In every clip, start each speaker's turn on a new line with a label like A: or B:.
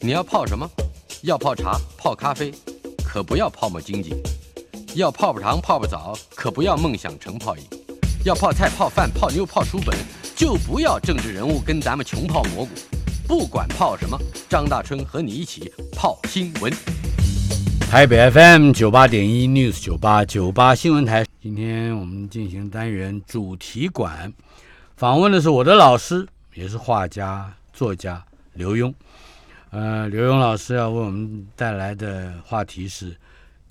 A: 你要泡什么？要泡茶、泡咖啡，可不要泡沫经济；要泡泡糖、泡泡澡，可不要梦想成泡影；要泡菜、泡饭、泡妞、泡书本，就不要政治人物跟咱们穷泡蘑菇。不管泡什么，张大春和你一起泡新闻。
B: 台北 FM 九八点一 News 九八九八新闻台，今天我们进行单元主题馆，访问的是我的老师，也是画家、作家刘墉。呃，刘墉老师要为我们带来的话题是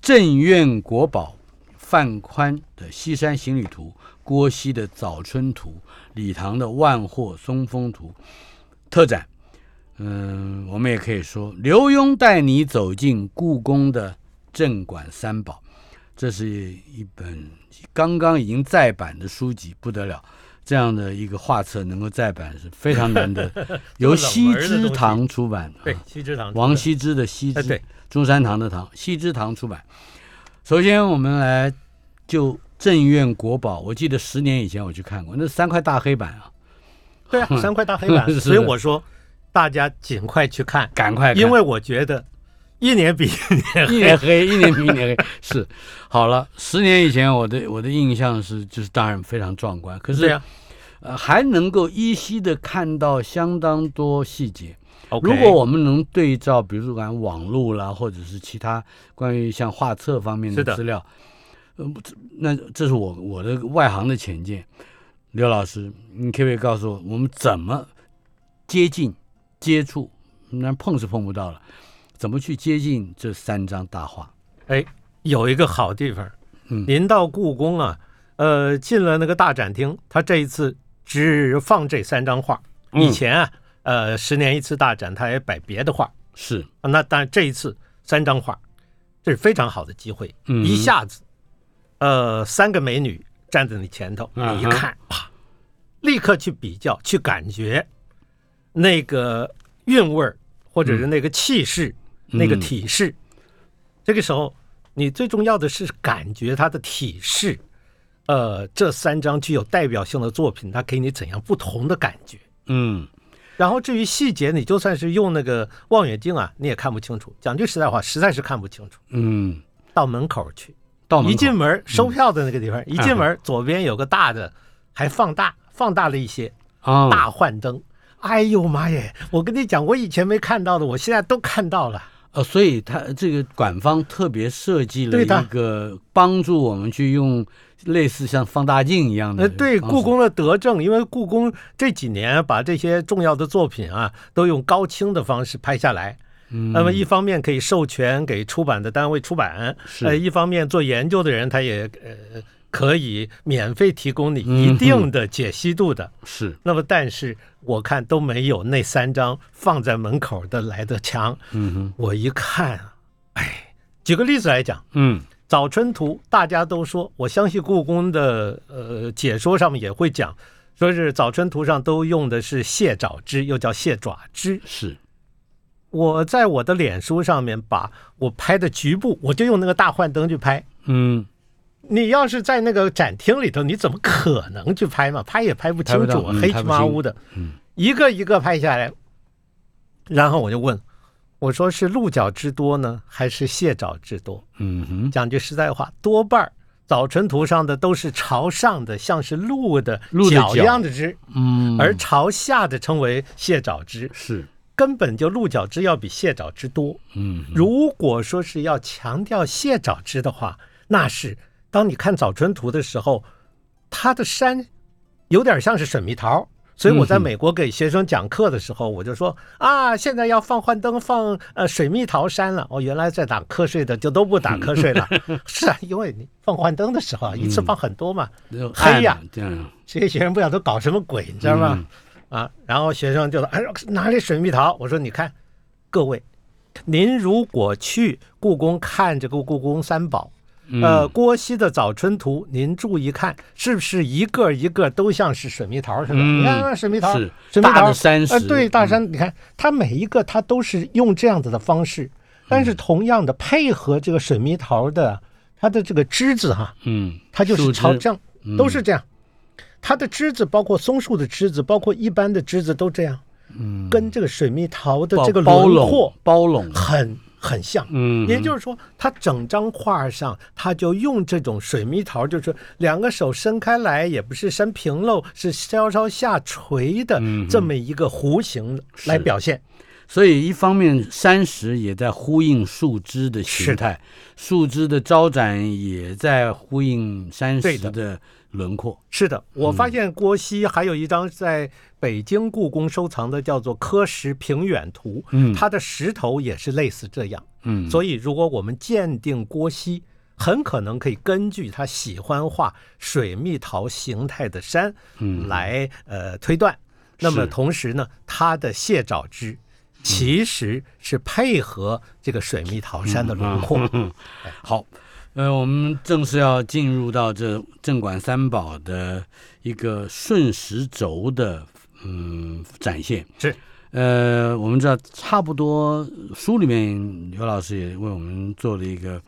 B: 镇院国宝范宽的《西山行旅图》、郭熙的《早春图》、李唐的《万壑松风图》特展。嗯，我们也可以说，刘墉带你走进故宫的镇馆三宝。这是一本刚刚已经再版的书籍，不得了！这样的一个画册能够再版是非常难得，由西之堂出版，
C: 对，西之堂，
B: 啊王羲之的羲
C: 哎
B: 之
C: 对，
B: 中山堂的堂，羲之堂出版。首先，我们来就镇院国宝，我记得十年以前我去看过，那三块大黑板啊，
C: 对啊，三块大黑板
B: 是，的
C: 所以我说大家尽快去看，
B: 赶快看，啊
C: 因为我觉得一 年比
B: 一年 黑， 一年比一年黑，是好了。十年以前，我的我的印象是，就是当然非常壮观，可是、
C: 对啊。
B: 呃还能够依稀的看到相当多细节。
C: OK
B: 如果我们能对照，比如说讲网络啦，或者是其他关于像画册方面
C: 是的
B: 的资料，呃，不这那这是我我的外行的浅见。刘老师，你可不可以告诉我，我们怎么接近、接触？那碰是碰不到了，怎么去接近这三张大画？
C: 哎，有一个好地方，
B: 嗯
C: 您到故宫啊，呃，进了那个大展厅，他这一次只放这三张画。
B: 嗯
C: 以前啊，呃，十年一次大展，他也摆别的画，
B: 是，
C: 啊那但这一次三张画，这是非常好的机会，
B: 嗯
C: 一下子，呃，三个美女站在你前头，
B: 嗯哼
C: 你一看，啪，立刻去比较，去感觉那个韵味儿，或者是那个气势，
B: 嗯
C: 那个体式。这个时候，你最重要的是感觉它的体式。呃，这三张具有代表性的作品，它给你怎样不同的感觉？
B: 嗯，
C: 然后至于细节，你就算是用那个望远镜啊，你也看不清楚。讲句实在话，实在是看不清楚。
B: 嗯，
C: 到门口去，
B: 到门口嗯
C: 一进门收票的那个地方，一进门左边有个大的，还放大放大了一些
B: 啊，
C: 大幻灯。哎呦妈耶！我跟你讲，我以前没看到的，我现在都看到了。
B: 呃，所以他这个馆方特别设计了
C: 对的
B: 一个帮助我们去用类似像放大镜一样的
C: 呃，
B: 方式，
C: 对故宫的德政，因为故宫这几年把这些重要的作品啊，都用高清的方式拍下来。
B: 嗯，
C: 那么一方面可以授权给出版的单位出版，
B: 是
C: 呃，一方面做研究的人他也呃可以免费提供你
B: 嗯
C: 一定的解析度的。
B: 是
C: 那么，但是我看都没有那三张放在门口的来的强。
B: 嗯哼
C: 我一看啊，哎，举个例子来讲，
B: 嗯
C: 《早春图》，大家都说，我相信故宫的呃解说上面也会讲，说是《早春图》上都用的是蟹爪枝，又叫蟹爪枝。
B: 是
C: 我在我的脸书上面把我拍的局部，我就用那个大幻灯去拍。
B: 嗯
C: 你要是在那个展厅里头，你怎么可能去拍嘛？拍也拍不清
B: 拍
C: 楚
B: 不到，嗯
C: 黑
B: 拍
C: 漆
B: 不
C: 麻
B: 清
C: 乌的，
B: 嗯
C: 一个一个拍下来。然后我就问，我说是鹿角之多呢，还是蟹爪之多？
B: 嗯哼
C: 讲句实在话，多半儿早春图上的都是朝上的，像是鹿的
B: 鹿的
C: 角一
B: 角
C: 样的枝，
B: 嗯，
C: 而朝下的称为蟹爪枝，
B: 是
C: 根本就鹿角枝要比蟹爪枝多。
B: 嗯哼
C: 如果说是要强调蟹爪枝的话，那是当你看早春图的时候，它的山有点像是水蜜桃。所以我在
B: 嗯哼
C: 美国给学生讲课的时候，我就说啊，现在要放幻灯，放呃水蜜桃山了。哦，原来在打瞌睡的就都不打 瞌睡了。是啊，因为你放幻灯的时候啊，一次放很多嘛，
B: 就
C: 黑
B: 暗
C: 呀
B: 嘛这样
C: 这些学生不晓得搞什么鬼，你知道
B: 嗯
C: 吗？啊，然后学生就说：“哎，哪里水蜜桃？”我说：“你看，各位，您如果去故宫看这个故宫三宝，
B: 嗯
C: 呃，郭熙的《早春图》，您注意看，是不是一个一个都像是水蜜桃似的？
B: 嗯
C: 你看啊水蜜桃
B: 是，
C: 水蜜
B: 大
C: 桃
B: 的嗯山石
C: 啊，对，大山，你看它每一个它都是用这样子的方式，但
B: 嗯
C: 是同样的配合这个水蜜桃的它的这个枝子哈、
B: 嗯，
C: 它就是
B: 树
C: 朝
B: 枝嗯
C: 这样，都是这样。它的枝子，包括松树的枝子，包括一般的枝子都这样。
B: 嗯，
C: 跟这个水蜜桃的
B: 包
C: 这个
B: 包
C: 轮廓
B: 拢包拢，
C: 很很像。
B: 嗯，
C: 也就是说，他整张画上，他就用这种水蜜桃，就是两个手伸开来，也不是伸平喽，是稍稍下垂的
B: 嗯哼
C: 这么一个弧形来表现。
B: 所以一方面山石也在呼应树枝的形态，树枝的招展也在呼应山
C: 对
B: 石
C: 的
B: 的轮廓。
C: 是的，
B: 嗯
C: 我发现郭熙还有一张在北京故宫收藏的，叫做《科石平远图》，
B: 嗯
C: 它的石头也是类似这样。
B: 嗯，
C: 所以，如果我们鉴定郭熙，很可能可以根据他喜欢画水蜜桃形态的山
B: 嗯
C: 来、呃推断。那么
B: 是嗯
C: 同时呢，他的蟹爪枝其实是配合这个水蜜桃山的轮廓。
B: 嗯好，呃，我们正式要进入到这镇馆三宝的一个顺时轴的嗯展现。
C: 是，
B: 呃，我们知道差不多书里面刘老师也为我们做了一个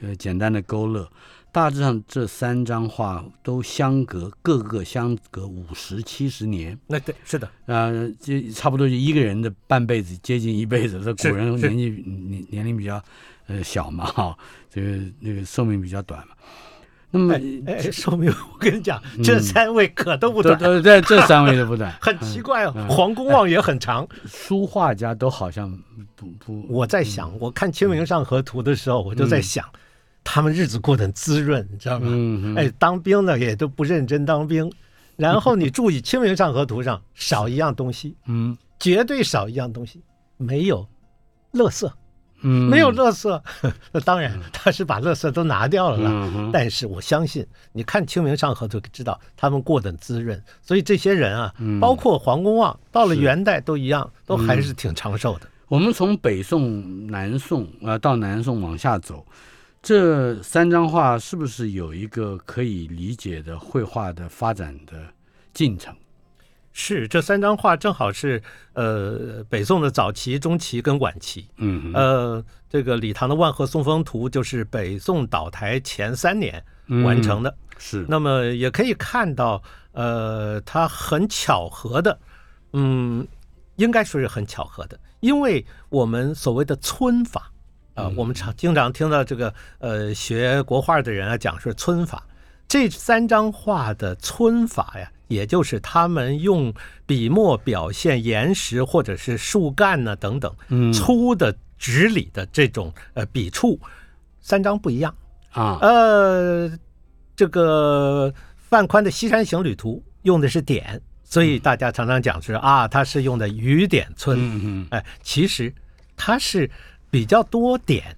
B: 呃简单的勾勒，大致上这三张画都相隔各个相隔五十七十年。
C: 那对，是的，
B: 呃，这差不多就一个人的半辈子，接近一辈子。这古
C: 是
B: 人
C: 是
B: 年纪嗯年年龄比较呃小嘛，哈、这个那个寿命比较短嘛。那么嗯
C: 哎哎，说明我跟你讲，这三位可都不
B: 都
C: 短，，
B: 都在这三位都不短嗯
C: 很奇怪哦。黄公望也很长。
B: 书画家都好像不不
C: 我在
B: 嗯
C: 想，我看《清明上河图》的时候，我就在想，他们日子过得很滋润，你知道吗？
B: 嗯
C: 哎，当兵的也都不认真当兵。然后你注意《清明上河图》上少一样东西，
B: 嗯
C: 绝对少一样东西，没有垃圾，
B: 嗯
C: 没有垃圾。 那当然，他是把垃圾都拿掉了啦。
B: 嗯哼
C: 但是我相信，你看《清明上河图》就知道他们过得很滋润，所以这些人啊，包括黄公望，到了元代都一样，都还是挺长寿的。
B: 我们从北宋、南宋啊、呃到南宋往下走，这三张画是不是有一个可以理解的绘画的发展的进程？
C: 是，这三张画正好是呃北宋的早期、中期跟晚期。
B: 嗯哼
C: 呃，这个李唐的《万壑松风图》就是北宋倒台前三年
B: 嗯
C: 完成的。
B: 是
C: 那么也可以看到，呃，它很巧合的，嗯，应该说是很巧合的，因为我们所谓的皴法啊、
B: 嗯
C: 我们常经常听到这个呃学国画的人啊讲是皴法，这三张画的皴法呀。也就是他们用笔墨表现岩石或者是树干呢、等等，
B: 嗯
C: 粗的直理的这种呃笔触，三张不一样。
B: 啊，
C: 呃，这个范宽的《西山行旅图》用的是点，所以大家常常讲是啊，他是用的雨点村。
B: 嗯
C: 哎，其实它是比较多点，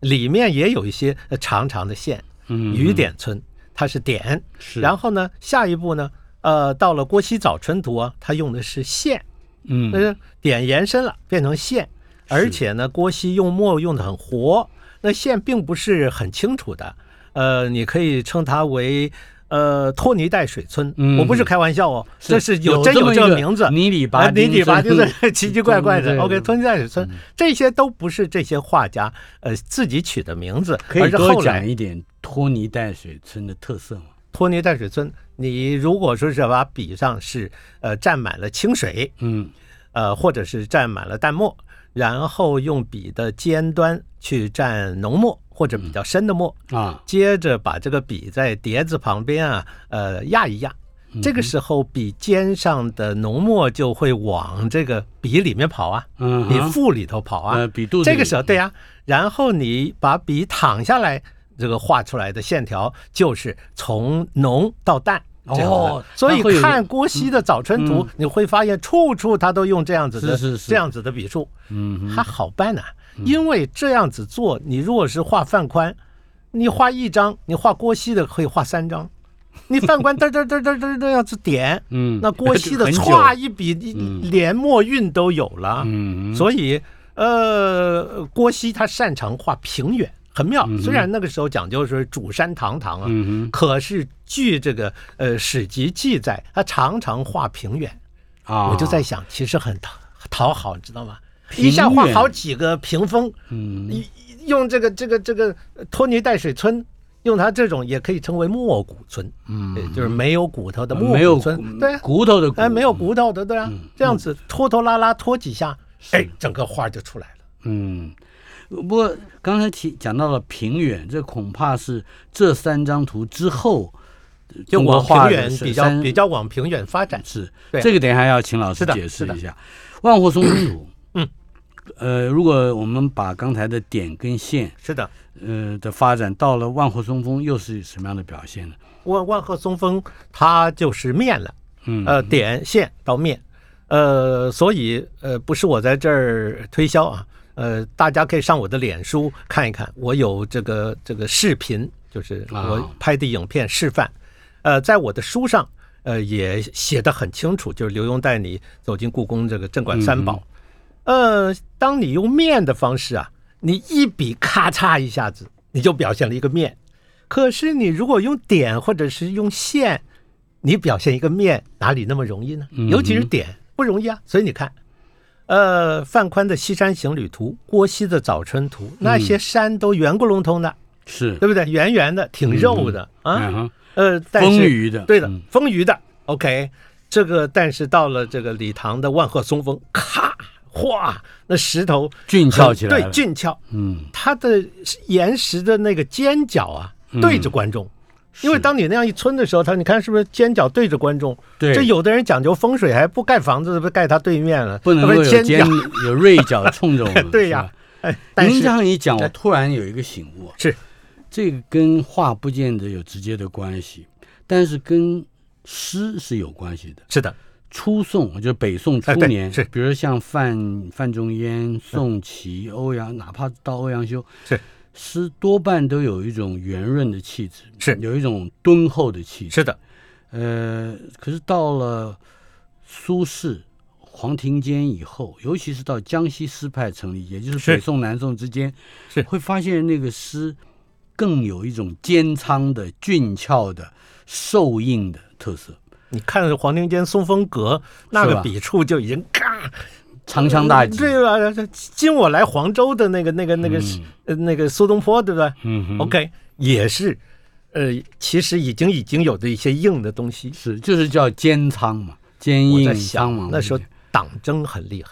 C: 里面也有一些呃长长的线。
B: 嗯
C: 雨点村它是点，
B: 是，
C: 然后呢，下一步呢，呃，到了郭熙早春图啊，它用的是线，
B: 嗯
C: 那点延伸了，变成线，而且呢，郭熙用墨用的很活，那线并不是很清楚的，呃，你可以称它为呃拖泥带水村，
B: 嗯
C: 我不是开玩笑哦，这是有
B: 有
C: 真
B: 这么
C: 有
B: 一
C: 这
B: 个
C: 个名字。
B: 泥里
C: 啊，
B: 拔
C: 泥
B: 丁
C: 底拔
B: 村
C: 就是 奇奇怪怪
B: 对
C: 的。
B: 对嗯
C: OK，
B: 对
C: 拖泥带水村这些都不是这些画家呃自己取的名字，
B: 可
C: 而
B: 以
C: 是
B: 多
C: 后
B: 讲
C: 来
B: 一点拖泥带水村的特色吗？
C: 拖泥带水村。你如果说是把笔上是呃蘸满了清水，
B: 嗯
C: 呃，或者是蘸满了淡墨，然后用笔的尖端去蘸浓墨或者比较深的墨，
B: 啊，
C: 接着把这个笔在碟子旁边啊，呃，压一压。
B: 嗯
C: 这个时候，笔尖上的浓墨就会往这个笔里面跑啊，
B: 嗯
C: 你
B: 哼
C: 腹里头跑啊。
B: 呃比肚子
C: 这个
B: 里
C: 时候，对呀、然后你把笔躺下来，这个画出来的线条就是从浓到淡。这样的
B: 哦
C: 所以
B: 它会有嗯
C: 看郭熙的《早春图》你会发现处处他都用这样子的
B: 是是是
C: 这样子的笔触，
B: 嗯哼
C: 它好办呐、因为这样子做，你如果是画范宽，你画一张，你画郭熙的可以画三张， 你范宽嘚嘚嘚嘚嘚这样子点，
B: 嗯，
C: 那郭熙的
B: 很久
C: 歘一笔，一连墨韵都有了。
B: 嗯
C: 所以，呃，郭熙他擅长画平原，很妙。虽然那个时候讲究是主山堂堂啊，
B: 嗯
C: 可是据这个呃史籍记载，他常常画平原。
B: 哼啊，
C: 我就在想，其实很讨讨好，你知道吗？
B: 平
C: 一下画
B: 原
C: 好几个屏风，
B: 嗯
C: 一用这个这个这个拖泥带水村用它这种也可以称为没骨尊，
B: 嗯
C: 对，就是没有骨头的
B: 没
C: 没
B: 有
C: 骨
B: 骨
C: 尊，对啊，
B: 骨头的骨，
C: 哎，没有，骨头的，对啊
B: 嗯，
C: 这样子拖拖拉拉拖几下，
B: 是
C: 哎，整个画就出来了。
B: 嗯。不过刚才提讲到了平原，这恐怕是这三张图之后，呃
C: 就
B: 中国
C: 往
B: 画
C: 平
B: 的
C: 原
B: 是
C: 比较
B: 三
C: 比较往平原发展，
B: 是，
C: 对
B: 这个等一下要请老师
C: 是的
B: 解释
C: 是的
B: 一下。 万壑松图，
C: 嗯，
B: 呃，如果我们把刚才的点跟线，
C: 是的。
B: 呃的发展到了万壑松风，又是什么样的表现呢？
C: 万万壑松风它就是面了，
B: 嗯，
C: 呃，点线到面，呃，所以呃，不是我在这儿推销啊，呃，大家可以上我的脸书看一看，我有这个这个视频，就是
B: 啊
C: 我拍的影片示范，呃，在我的书上。呃，也写得很清楚，就是刘墉带你走进故宫这个镇馆
B: 嗯
C: 三宝。呃，当你用面的方式啊，你一笔咔嚓一下子，你就表现了一个面。可是你如果用点或者是用线，你表现一个面哪里那么容易呢
B: 嗯？哼
C: 尤其是点不容易啊。所以你看，呃，范宽的《西山行旅图》，郭熙的《早春图》，那些山都圆咕隆咚的，
B: 是，
C: 对不对？圆圆的，挺肉的
B: 嗯
C: 啊。
B: 哼，
C: 呃，但
B: 丰
C: 是
B: 腴的，
C: 对的
B: 嗯，
C: 丰腴的。OK，这个但是到了这个礼堂的万壑松风，咔，哗，那石头
B: 俊俏起来了
C: 对，俊俏。
B: 嗯，
C: 它的岩石的那个尖角啊，
B: 嗯
C: 对着观众。因为当你那样一村的时候，它你看是不是尖角对着观众？
B: 对
C: 这有的人讲究风水，还不盖房子，不盖他对面了，
B: 不能够
C: 不
B: 有
C: 是
B: 尖
C: 尖角。
B: 有锐角冲着我们，
C: 对
B: 是
C: 呀
B: 吧
C: 哎，但
B: 您
C: 是
B: 这样一讲，我
C: 对
B: 突然有一个醒悟啊，
C: 是
B: 这个跟画不见得有直接的关系，但是跟诗是有关系的。
C: 是的，
B: 初宋就是北宋初
C: 哎对
B: 年，
C: 是嗯
B: 比如像范范仲淹、宋祁、欧阳，哪怕到欧阳修，
C: 是
B: 诗多半都有一种圆润的气质，
C: 是
B: 有一种敦厚的气质。
C: 是的，
B: 呃，可是到了苏轼、黄庭坚以后，尤其是到江西诗派成立，也就是
C: 是
B: 北宋、南宋之间，
C: 是
B: 会发现那个诗更有一种尖苍的、俊俏的、瘦硬的特色，
C: 你看黄庭坚《松风阁》那
B: 是吧
C: 个笔触就已经嘎，
B: 长枪大戟。
C: 对吧？呃这今我来黄州的那个、那个、那个、呃那个苏东坡，对不对？
B: 嗯哼
C: OK，也是，呃，其实已经已经有的一些硬的东西。
B: 是，就是叫尖苍嘛，坚
C: 我
B: 硬
C: 在
B: 苍
C: 想
B: 茫。
C: 那时候，党争很厉害。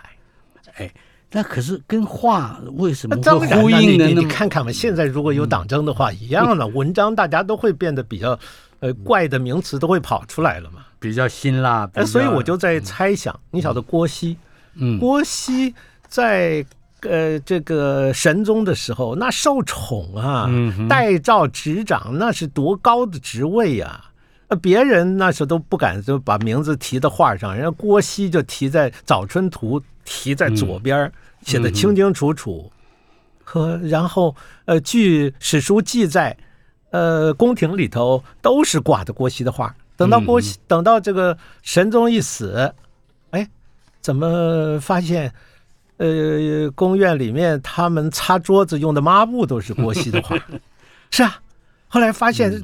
B: 哎，那可是跟画为什么
C: 那当
B: 会
C: 然
B: 呼
C: 了，
B: 应
C: 你
B: 的
C: 你
B: 那
C: 你
B: 么？
C: 看看吧，现在如果有党争的话，一样的文章大家都会变得比较，呃，怪的名词都会跑出来了嘛。
B: 比较辛辣，比
C: 哎，
B: 较
C: 所以我就在猜想，你晓得郭熙，
B: 嗯
C: 郭熙在呃这个神宗的时候，那受宠啊
B: 嗯哼，
C: 代诏执掌那是多高的职位呀、呃，别人那时候都不敢就把名字提到画上，人家郭熙就提在《早春图》提
B: 嗯
C: 在左边儿，写的清清楚楚。和然后呃，据史书记载，呃，宫廷里头都是挂着郭熙的画。等到郭熙，等到这个神宗一死，哎，怎么发现？呃，宫院里面他们擦桌子用的抹布都是郭熙的画，是啊。后来发现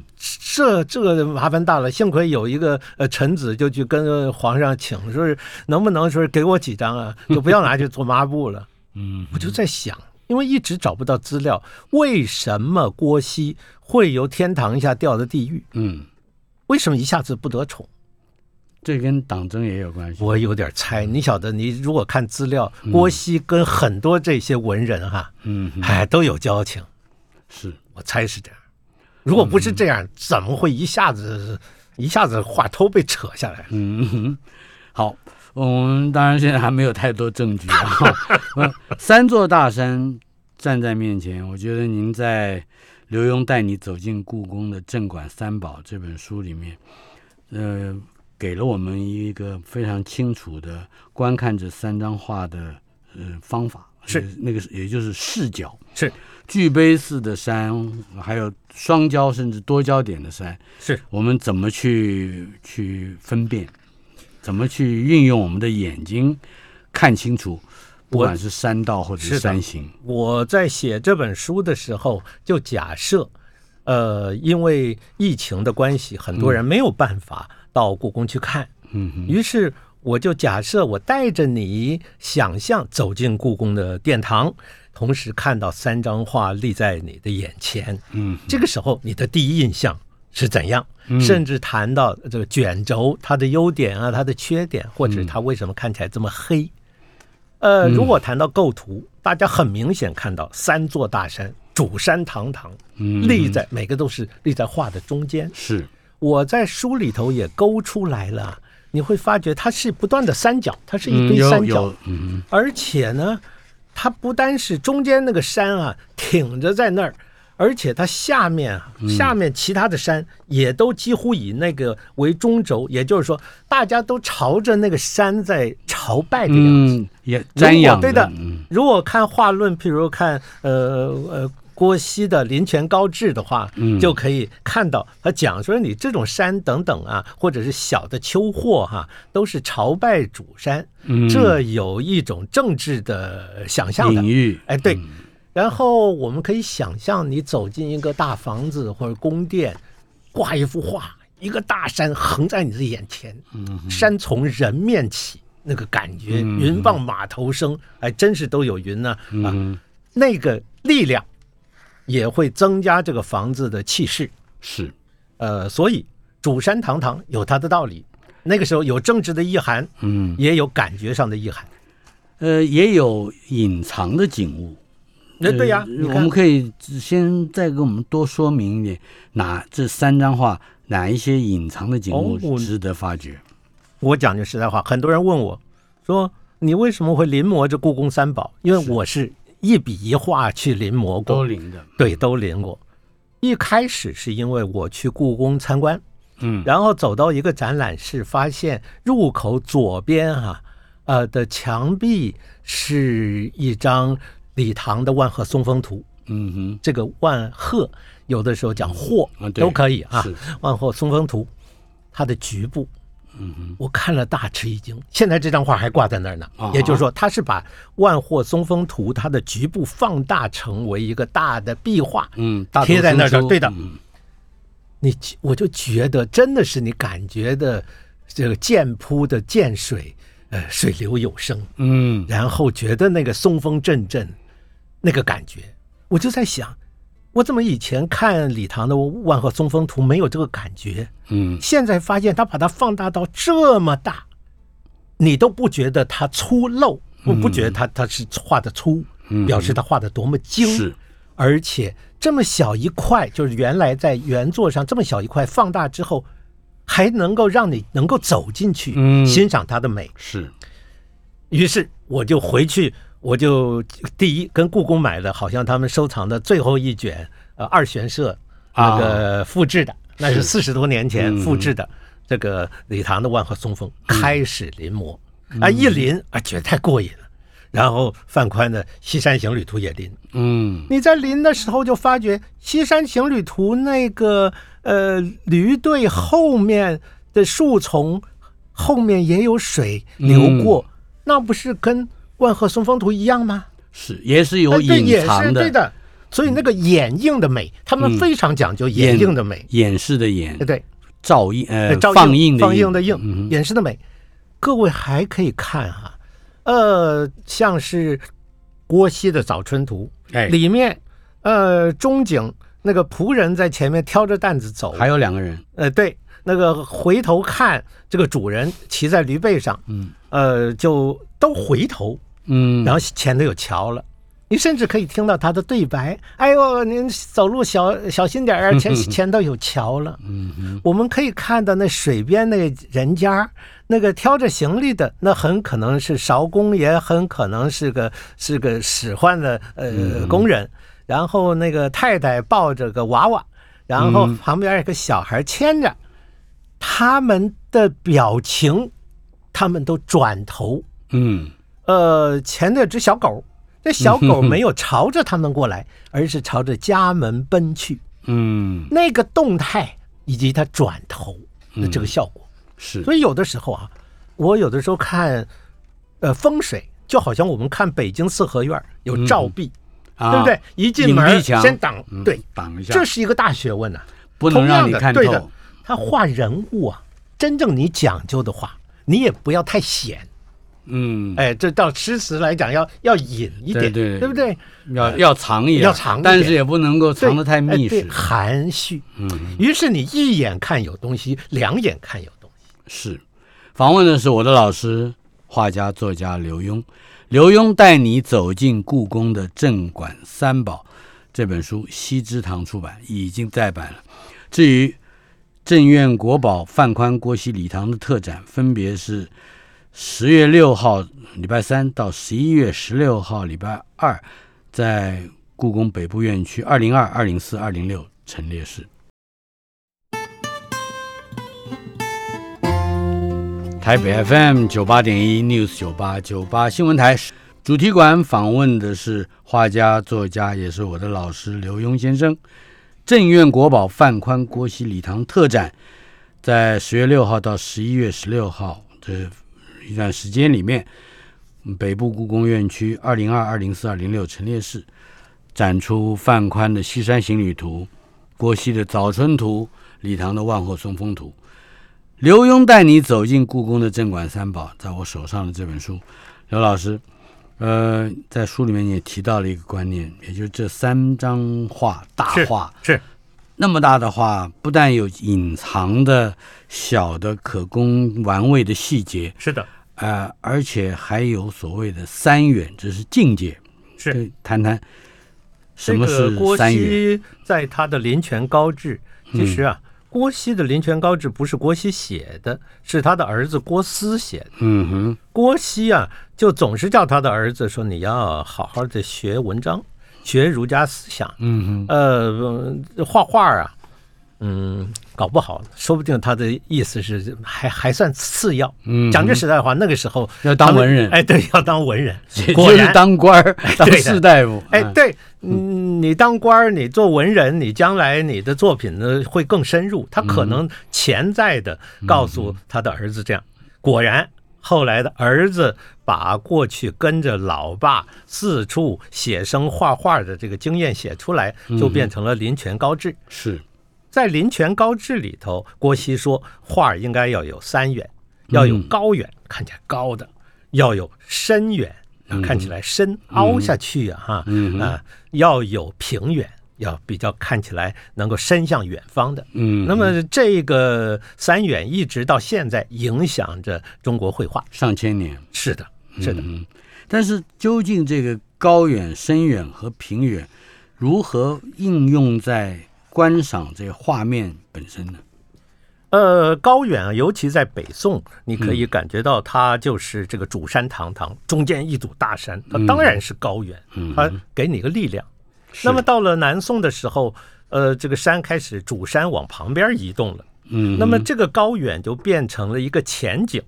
C: 这这个麻烦大了，幸亏有一个呃臣子就去跟皇上请，说是能不能说是给我几张啊，就不要拿去做抹布了。
B: 嗯
C: 我就在想，因为一直找不到资料，为什么郭熙会由天堂一下掉到地狱？
B: 嗯，
C: 为什么一下子不得宠？
B: 这跟党争也有关系。
C: 我有点猜，你晓得，你如果看资料，郭熙跟很多这些文人哈、
B: 嗯哼，
C: 哎，都有交情，
B: 是
C: 我猜是这样。如果不是这样，怎么会一下子一下子话头被扯下来了？
B: 嗯哼，好，我们当然现在还没有太多证据 啊。呃三座大山站在面前，我觉得您在《刘墉带你走进故宫的镇馆三宝》这本书里面，呃，给了我们一个非常清楚的观看这三张画的呃方法，
C: 是
B: 呃那个是也就是视角，
C: 是
B: 巨碑似的山，还有双焦甚至多焦点的山，
C: 是
B: 我们怎么去去分辨，怎么去运用我们的眼睛看清楚，不管是山道或者
C: 是的
B: 山形，
C: 我在写这本书的时候，就假设，呃，因为疫情的关系，很多人没有办法到故宫去看，
B: 嗯哼，
C: 于是我就假设我带着你想象走进故宫的殿堂，同时看到三张画立在你的眼前，
B: 嗯，
C: 这个时候你的第一印象是怎样？甚至谈到这个卷轴它的优点啊，它的缺点，或者它为什么看起来这么黑？呃，如果谈到构图，大家很明显看到三座大山，主山堂堂，立在每个都是立在画的中间。
B: 是，
C: 我在书里头也勾出来了，你会发觉它是不断的三角，它是一
B: 嗯，
C: 堆
B: 有
C: 三角，
B: 有，嗯
C: 而且呢，它不单是中间那个山啊挺着在那儿，而且它下面啊，
B: 嗯
C: 下面其他的山也都几乎以那个为中轴，也就是说，大家都朝着那个山在朝拜的样子。
B: 嗯，也瞻
C: 如
B: 仰
C: 果对
B: 的
C: 的，
B: 嗯
C: 如果看画论，譬如看呃呃郭熙的《林泉高志》的话，
B: 嗯
C: 就可以看到他讲说你这种山等等啊，或者是小的秋货哈、都是朝拜主山，
B: 嗯
C: 这有一种政治的想象的
B: 隐。喻，
C: 哎，对。然后我们可以想象，你走进一个大房子或者宫殿，挂一幅画，一个大山横在你的眼前，
B: 嗯
C: 山从人面起，那个感觉，云傍马头生，哎，真是都有云呢啊
B: 嗯，
C: 那个力量也会增加这个房子的气势。
B: 是，
C: 呃，所以主山堂堂有它的道理。那个时候有政治的意涵，
B: 嗯，
C: 也有感觉上的意涵。
B: 呃，也有隐藏的景物。
C: 那哎对呀、
B: 呃
C: 你
B: 我
C: 看
B: 们可以先再给我们多说明一点，哪这三张画哪一些隐藏的景
C: 哦我
B: 物值得发掘？
C: 我讲句实在话，很多人问我说：“你为什么会临摹这故宫三宝？”因为我是一笔一画去临摹
B: 都
C: 过，
B: 灵的，
C: 对，都临过。一开始是因为我去故宫参观，
B: 嗯，
C: 然后走到一个展览室，发现入口左边啊，呃的墙壁是一张李唐的《万壑松风图》，
B: 嗯哼，
C: 这个万壑有的时候讲壑
B: 啊对
C: 都可以啊，
B: 是
C: 万壑松风图》它的局部，
B: 嗯
C: 我看了大吃一惊。现在这张画还挂在那儿呢，
B: 啊
C: 也就是说，它是把《万壑松风图》它的局部放大成为一个大的壁画，
B: 嗯，大头
C: 贴在那儿的
B: 生，出
C: 对的
B: 嗯
C: 你觉我就觉得真的是你感觉的这个涧铺的涧水，呃，水流有声，
B: 嗯，
C: 然后觉得那个松风阵阵，那个感觉，我就在想，我怎么以前看李唐的《万壑松风图》没有这个感觉？
B: 嗯，
C: 现在发现他把它放大到这么大，你都不觉得它粗陋，我不觉得
B: 嗯
C: 它它是画的粗，表示他画的多么精，
B: 是，
C: 而且这么小一块，就是原来在原作上这么小一块放大之后，还能够让你能够走进去，
B: 嗯
C: 欣赏它的美。
B: 是，
C: 于是我就回去，我就呃第一跟故宫买的，好像他们收藏的最后一卷，呃，二玄社
B: 啊
C: 那个复制的，那是四十多年前
B: 嗯
C: 复制的、这个李唐的《万壑松风》开始临摹，
B: 嗯
C: 啊，一临啊，觉得太过瘾了。然后范宽的《西山行旅图》也临，
B: 嗯，
C: 你在临的时候就发觉《西山行旅图》那个呃驴队后面的树丛后面也有水
B: 嗯
C: 流过，那不是跟《万壑松风图》一样吗？
B: 是，也是有
C: 哎对
B: 隐
C: 也
B: 藏
C: 是对
B: 的，嗯
C: 的。所以那个掩映的美，他们非常讲究掩映的美，
B: 掩饰的掩
C: 对，对，
B: 照映呃，
C: 照
B: 放
C: 映
B: 映
C: 放映
B: 映嗯
C: 的映，掩饰的美。各位还可以看啊，呃，像是郭熙的《早春图》，
B: 哎，
C: 里面呃中景那个仆人在前面挑着担子走，
B: 还有两个人，
C: 呃对，那个回头看这个主人骑在驴背上，
B: 嗯，
C: 呃就都回头，
B: 嗯，
C: 然后前头有桥了。你甚至可以听到他的对白：“哎呦，您走路小小心点儿啊，前前头有桥了。”嗯，我们可以看到那水边那个人家，那个挑着行李的，那很可能是苕工，也很可能是个是个使唤的呃工人。然后那个太太抱着个娃娃，然后旁边有个小孩牵着，他们的表情，他们都转头
B: 嗯，
C: 呃，前那只小狗，这 小狗没有朝着他们过来，而是朝着家门奔去。
B: 嗯，
C: 那个动态以及它转头的这个效果，
B: 是，
C: 所以有的时候啊，我有的时候看，呃，风水就好像我们看北京四合院儿有照壁，
B: 啊
C: 对不对？一进
B: 隐
C: 门
B: 蔽
C: 儿
B: 墙
C: 先挡，
B: 嗯
C: 对，
B: 挡一下，
C: 这是一个大学问呐、
B: 不能让你看
C: 同样的对的
B: 透，，
C: 他画人物啊，真正你讲究的话，你也不要太显，
B: 嗯，
C: 哎，这到吃食来讲要要引一点，
B: 对对
C: 不对？
B: 要要藏一点，
C: 要藏一点
B: 但是也不能够藏得太
C: 哎
B: 密
C: 对
B: 实。
C: 含蓄。
B: 嗯，
C: 于是你一眼看有东西，两眼看有东西。
B: 是。访问的是我的老师，画家、作家刘墉。刘墉带你走进故宫的镇馆三宝这本书，西之堂出版，已经再版了。至于镇院国宝范宽、郭熙、礼堂的特展，分别是十月六号礼拜三到十一月十六号礼拜二，在故宫北部院区二零二、二零四、二零六陈列室。台北 FM 九八点一 News 九八九八新闻台主题馆访问的是画家、作家，也是我的老师刘墉先生。镇院国宝范宽郭熙礼堂特展，在十月六号到十一月十六号这一段时间里面，嗯北部故宫院区二零二、二零四、二零六陈列室展出范宽的《西山行旅图》、郭熙的《早春图》、礼堂的《万壑松风图》。刘墉带你走进故宫的镇馆三宝，在我手上的这本书，刘老师，呃，在书里面也提到了一个观念，也就是这三张画，大
C: 是
B: 画
C: 是
B: 那么大的画，不但有隐藏的小的可供玩味的细节，
C: 是的，
B: 呃，而且还有所谓的三远，这是境界。
C: 是
B: 对谈谈什
C: 这
B: 么
C: 个
B: 是
C: 郭
B: 三嗯远？
C: 熙在他的《林泉高志》，其实啊，郭熙的《林泉高志》不是郭熙写的，是他的儿子郭思写的。
B: 嗯哼，
C: 郭熙啊，就总是叫他的儿子说：“你要好好的学文章，学儒家思想。”
B: 嗯哼，
C: 呃，画画啊，嗯，搞不好，说不定他的意思是还还算次要。
B: 嗯哼，
C: 讲句实在话，那个时候
B: 要当文人
C: 他 们哎，对，要当文人
B: 也，
C: 果
B: 就是
C: 然，
B: 当官 儿、当
C: 对的
B: 士大夫。
C: 哎，
B: 嗯，
C: 对，嗯，你当官儿，你做文人，你将来你的作品呢会更深入。他可能潜在的告诉他的儿子这样，果然。后来的儿子把过去跟着老爸四处写生画画的这个经验写出来，就变成了林泉高志。
B: 是，
C: 在《林泉高志》里头，郭熙说画儿应该要有三远，要
B: 嗯
C: 有高远，看起来高的；要有深远，啊看起来深，凹下去啊，哈、
B: 嗯
C: 啊，要有平远，要比较看起来能够伸向远方的。
B: 嗯，
C: 那么这个三远一直到现在影响着中国绘画。
B: 上千年。
C: 是的，是的，
B: 嗯，但是究竟这个高远、深远和平远如何应用在观赏这画面本身呢？
C: 呃，高远啊，尤其在北宋，你可以感觉到它就是这个主山堂堂中间一堵大山，它当然是高远，它给你个力量。那么到了南宋的时候，呃，这个山开始主山往旁边移动了，
B: 嗯，
C: 那么这个高远就变成了一个前景。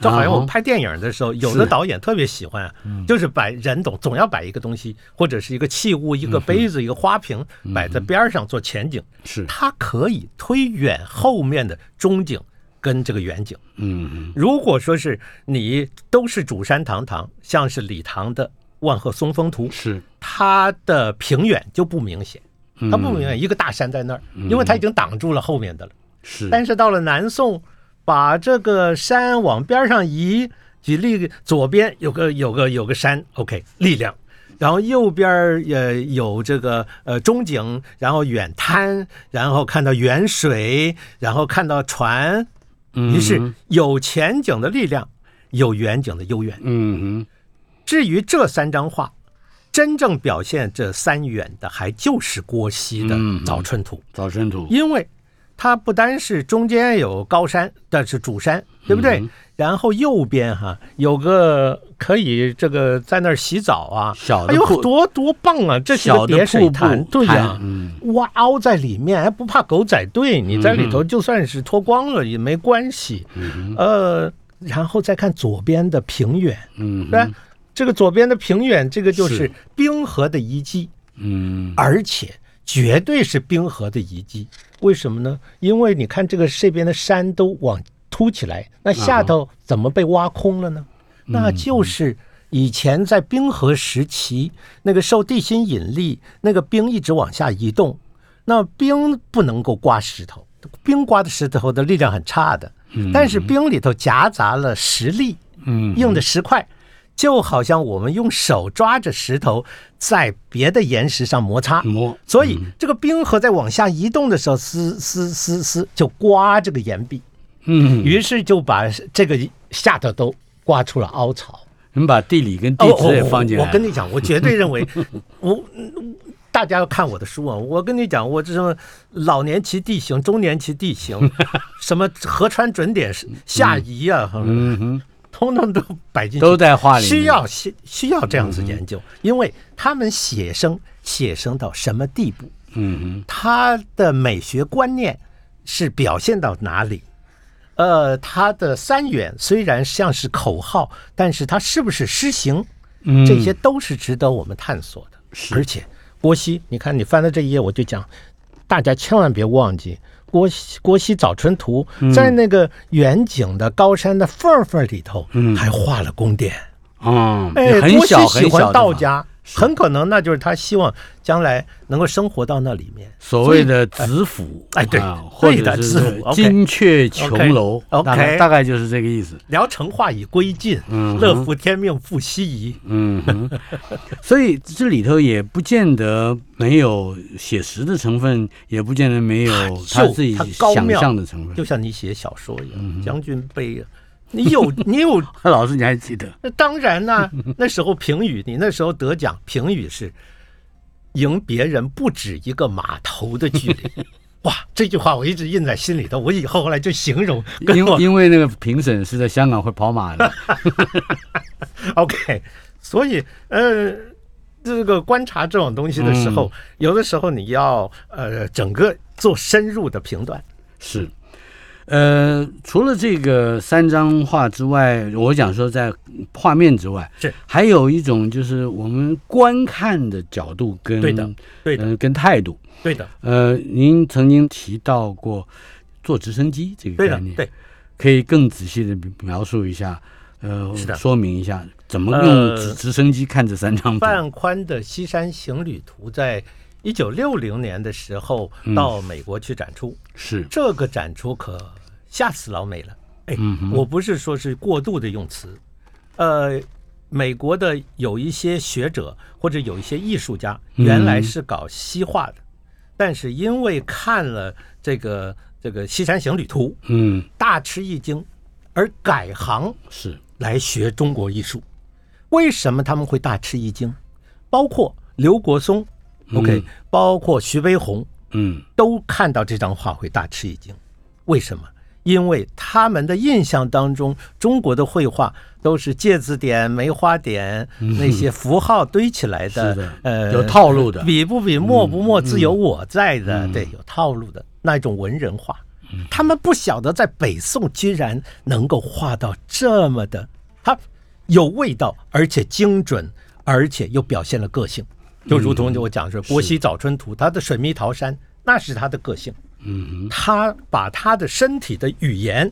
C: 就好像我们拍电影的时候，有的导演特别喜欢啊，就是摆人总总要摆一个东西，或者是一个器物、一个杯子、一个花瓶摆在边儿上做前景。
B: 是，
C: 它可以推远后面的中景跟这个远景。
B: 嗯嗯
C: 如果说是你都是主山堂堂，像是李唐的《万壑松风图》，
B: 是，
C: 它的平远就不明显，
B: 嗯
C: 它不明显，一个大山在那儿，因为它已经挡住了后面的了。
B: 是，
C: 但是到了南宋，把这个山往边上移，举例左边有个有个有个山，OK，力量。然后右边儿呃有这个呃中景，然后远滩，然后看到远水，然后看到船，
B: 嗯
C: 于是有前景的力量，有远景的悠远。
B: 嗯哼，
C: 至于这三张画，真正表现这三远的，还就是郭熙的
B: 嗯
C: 《早春图》
B: 早春图，
C: 因为它不单是中间有高山，但是主
B: 嗯
C: 山，对不对？然后右边哈、有个可以这个在那儿洗澡啊，
B: 小的
C: 哎呦
B: 瀑
C: 多多棒啊！这是
B: 小的
C: 个叠
B: 瀑
C: 水
B: 布
C: 潭，对呀、
B: 嗯
C: 哇凹在里面，还不怕狗仔队，你在里头就算是脱光了也没关系。呃，然后再看左边的平远，
B: 嗯
C: 对吧、这个左边的平远，这个就是
B: 是
C: 冰河的遗迹。
B: 嗯
C: 而且绝对是冰河的遗迹。为什么呢？因为你看这个这边的山都往凸起来，那下头怎么被挖空了呢？
B: 嗯
C: 那就是以前在冰河时期，那个受地心引力，那个冰一直往下移动，那冰不能够刮石头，冰刮的石头的力量很差的，但是冰里头夹杂了石粒。
B: 嗯，
C: 用的石块，就好像我们用手抓着石头在别的岩石上摩擦，
B: 磨，
C: 所以这个冰河在往下移动的时候，撕撕撕撕就刮这个岩壁，
B: 嗯，
C: 于是就把这个下头都刮出了凹槽。
B: 你们把地理跟地址也放进来
C: 哦我
B: 了。
C: 跟你讲，我绝对认 为我。嗯大家要看我的书啊！我跟你讲，我这什么老年期地形、中年期地 形，什么河川准点是下移啊，
B: 嗯哼，
C: 通通都摆进去，
B: 都在话里面嗯
C: 需要需需要这样子研究，因为他们写生写生到什么地步，
B: 嗯
C: 他的美学观念是表现到哪里？呃，他的三元虽然像是口号，但是它是不是施行，
B: 哼，
C: 这些都是值得我们探索的。而且，郭熙，你看你翻到这一页，我就讲，大家千万别忘记。郭熙郭熙早春图
B: 嗯
C: 在那个远景的高山的缝缝里头，还画了宫殿。
B: 嗯，
C: 哎，
B: 很
C: 郭熙
B: 小
C: 喜
B: 很小
C: 欢
B: 的
C: 道
B: 房，
C: 家，很可能那就是他希望将来能够生活到那里面。
B: 所谓的子府，
C: 哎对
B: 啊或
C: 对的
B: 者是
C: 子府，OK
B: 金雀琼楼，
C: OK，OK
B: 大概大概就是这个意思。
C: 聊城画以归尽，
B: 嗯哼
C: 乐府天命赋西夷。
B: 嗯 哼，所以这里头也不见得没有写实的成分，也不见得没有
C: 它
B: 他
C: 就
B: 自己
C: 它高
B: 想
C: 妙
B: 象的成分。嗯
C: 就像你写小说一样，《将军碑》啊，你有 你有，
B: 老师，你还记得？
C: 那当然啦、那时候评语，你那时候得奖，评语是赢别人不止一个码头的距离。哇，这句话我一直印在心里头，我以后后来就形容跟
B: 因
C: 我
B: 因为那个评审是在香港会跑马 的，
C: OK，所以呃，这个观察这种东西的时候，有的时候你要呃整个做深入的评断。
B: 是，呃，除了这个三张画之外，我想说在画面之外，
C: 是
B: 还有一种就是我们观看的角度跟
C: 对的，对的
B: 呃跟态度。
C: 对的，
B: 呃，您曾经提到过坐直升机这个
C: 对
B: 概
C: 的
B: 念，，
C: 对，
B: 可以更仔细的描述一下，呃
C: 是，的
B: 说明一下怎么用
C: 呃
B: 直直升机看这三张图。
C: 范宽的《西山行旅图》在一九六零年的时候到美国去展出，
B: 是，
C: 这个展出可吓死老美了。哎，我不是说是过度的用词，呃，美国的有一些学者或者有一些艺术家，原来是搞西画的，但是因为看了这个这个《西山行旅图
B: 嗯，》，
C: 大吃一惊，而改行
B: 是，
C: 来学中国艺术。为什么他们会大吃一惊？包括刘国松、o k 包括徐悲鸿，
B: 嗯
C: 都看到这张画会大吃一惊。为什么？因为他们的印象当中，中国的绘画都是芥子点、梅花点那些符号堆起来的，
B: 嗯是的
C: 呃，
B: 有套路的嗯
C: 笔不笔，墨不墨，自有我在的，对，有套路的那种文人画。他们不晓得在北宋居然能够画到这么的，它有味道，而且精准，而且又表现了个性。就如
B: 嗯
C: 同我讲说，《波西早春图》，他的水蜜桃山，那是他的个性。
B: 嗯
C: 他把他的身体的语言，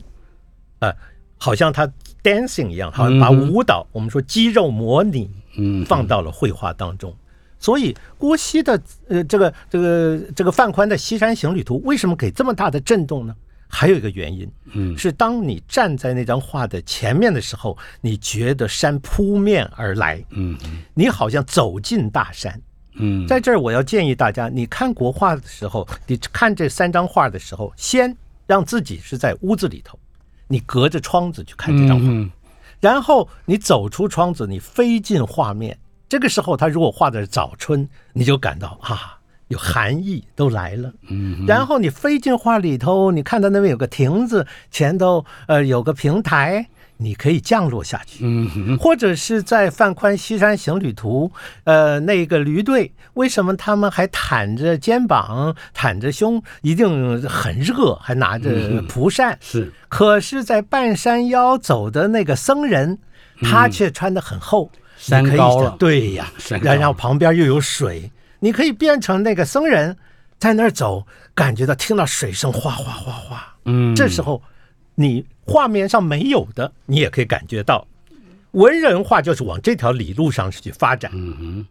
C: 呃，好像他 dancing 一样，好像把
B: 嗯哼
C: 舞蹈，我们说肌肉模拟，
B: 嗯，
C: 放到了绘画当中。所以郭熙的呃这个这个这个范宽的《西山行旅图》为什么给这么大的震动呢？还有一个原因，
B: 嗯
C: 是当你站在那张画的前面的时候，你觉得山扑面而来，
B: 嗯
C: 你好像走进大山。
B: 嗯，
C: 在这儿，我要建议大家，你看国画的时候，你看这三张画的时候，先让自己是在屋子里头，你隔着窗子去看这张画，
B: 嗯
C: 然后你走出窗子，你飞进画面。这个时候，他如果画的是早春，你就感到啊，有寒意都来了。
B: 嗯
C: 然后你飞进画里头，你看到那边有个亭子，前头呃有个平台，你可以降落下去。
B: 嗯嗯
C: 或者是在范宽《西山行旅图》呃那个驴队，为什么他们还袒着肩膀、袒着胸，一定很热，还拿着蒲扇？
B: 是，
C: 可是，在半山腰走的那个僧人，他却穿得很厚，
B: 嗯山
C: 你可以
B: 高了
C: 想对呀
B: 山，高了
C: 然后旁边又有水，你可以变成那个僧人，在那儿走，感觉到听到水声哗哗哗哗，
B: 嗯，
C: 这时候你画面上没有的，你也可以感觉到。文人画就是往这条理路上去发展，
B: 嗯哼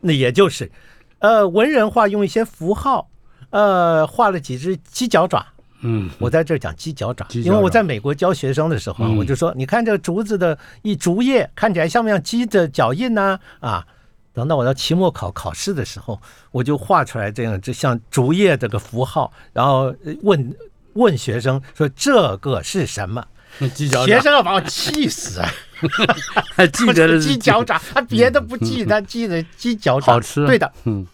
C: 那也就是，呃，文人画用一些符号，呃，画了几只鸡脚爪，
B: 嗯，
C: 我在这儿讲犄角掌，
B: 犄角
C: 因为我
B: 掌
C: 在美国教学生的时候啊，
B: 嗯
C: 我就说，你看这个竹子的一竹叶看起来像不像鸡的脚印呢、啊？等到我到期末考考试的时候，我就画出来这样，就像竹叶这个符号，然后呃问问学生说这个是什么？
B: 犄角
C: 学
B: 掌，
C: 生要把我气死啊！
B: 还 记得的是嗯
C: 鸡脚掌，他别的不记，他记得鸡脚掌
B: 好吃，
C: 对的，，
B: 嗯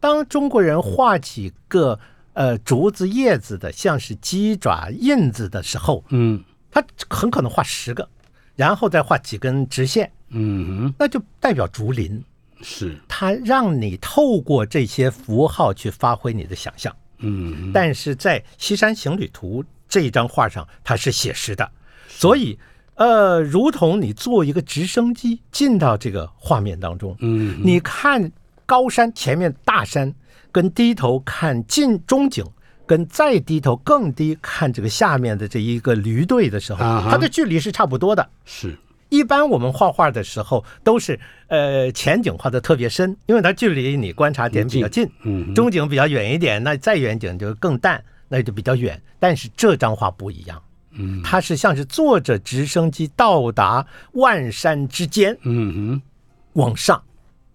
C: 当中国人画几个呃竹子叶子的像是鸡爪印子的时候，
B: 嗯
C: 他很可能画十个，然后再画几根直线，
B: 嗯
C: 那就代表竹林。
B: 哼，是，
C: 它让你透过这些符号去发挥你的想象，
B: 嗯
C: 但是在《西山行旅图》这一张画上，它是写实的，所以，呃，如同你坐一个直升机进到这个画面当中，
B: 嗯
C: 你看高山前面大山，跟低头看近中景，跟再低头更低看这个下面的这一个驴队的时候，
B: 啊哈
C: 它的距离是差不多的。
B: 是，
C: 一般我们画画的时候都是呃前景画的特别深，因为它距离你观察点比较近，
B: 嗯
C: 中景比较远一点，那再远景就更淡，那就比较远。但是这张画不一样，
B: 嗯
C: 它是像是坐着直升机到达万山之间，
B: 嗯哼，
C: 往上、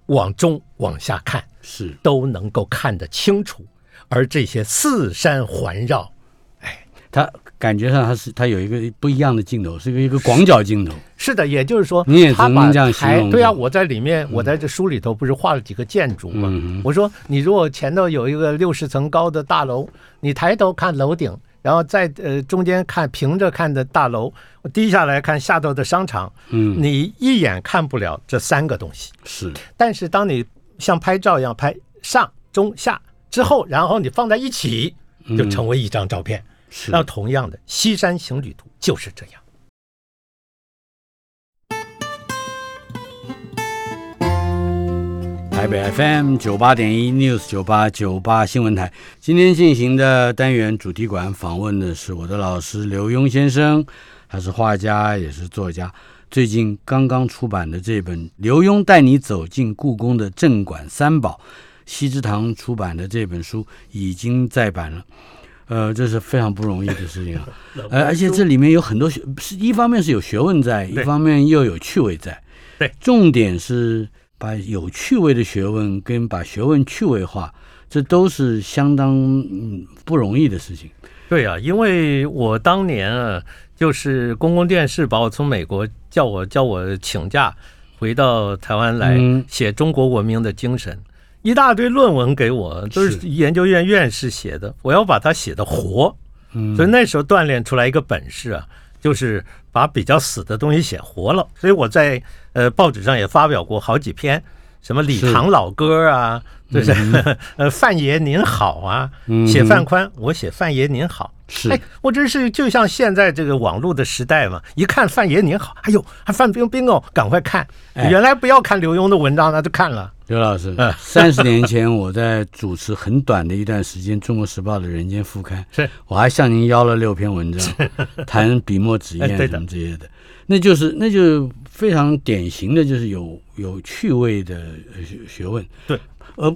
C: 往中、往下看
B: 是，
C: 都能够看得清楚，而这些四山环绕
B: 它感觉上它是它有一个不一样的镜头，是一个一个广角镜头，
C: 是的，也就是说，
B: 你也
C: 他
B: 只
C: 把
B: 能这样形
C: 台
B: 容
C: 对啊，我在里面，我在这书里头不是画了几个建筑吗？
B: 嗯
C: 我说，你如果前头有一个六十层高的大楼，你抬头看楼顶，然后在呃中间看平着看的大楼，低下来看下头的商场，
B: 嗯
C: 你一眼看不了这三个东西。
B: 是，
C: 但是当你像拍照一样拍上中下之后，然后你放在一起，就成为一张照片。
B: 嗯是
C: 那同样的，《西山行旅图》就是这样。
B: 台北 FM 九八点一 News 九八九八新闻台，今天进行的单元主题馆访问的是我的老师刘墉先生，他是画家也是作家，最近刚刚出版的这本《刘墉带你走进故宫的镇馆三宝》，西之堂出版的这本书已经再版了。呃，这是非常不容易的事情啊，呃，而且这里面有很多学，是一方面是有学问在，一
C: 对
B: 方面又有趣味在。
C: 对，
B: 重点是把有趣味的学问跟把学问趣味化，这都是相当嗯不容易的事情。
C: 对啊，因为我当年啊，就是公共电视把我从美国叫我叫我请假回到台湾来
B: 嗯
C: 写中国文明的精神，一大堆论文给我，都是
B: 是
C: 研究院院士写的，我要把它写的活，
B: 嗯
C: 所以那时候锻炼出来一个本事啊，就是把比较死的东西写活了。所以我在呃报纸上也发表过好几篇，什么李
B: 是
C: 唐老歌啊，就是、呃范爷您好啊，
B: 嗯
C: 写范宽，我写范爷您好。
B: 是
C: 哎，我真是就像现在这个网络的时代嘛，一看范爷您好，哎呦，还范冰冰哦，赶快看！
B: 哎
C: 原来不要看刘墉的文章，那就看了。
B: 刘老师
C: 嗯，
B: 哎三十年前我在主持很短的一段时间《中国时报》的人间副刊，
C: 是
B: 我还向您邀了六篇文 章，谈笔墨纸砚啊
C: 哎对的
B: 什么这些的，那就是那就非常典型的就是有有趣味的呃学学问。
C: 对，
B: 呃，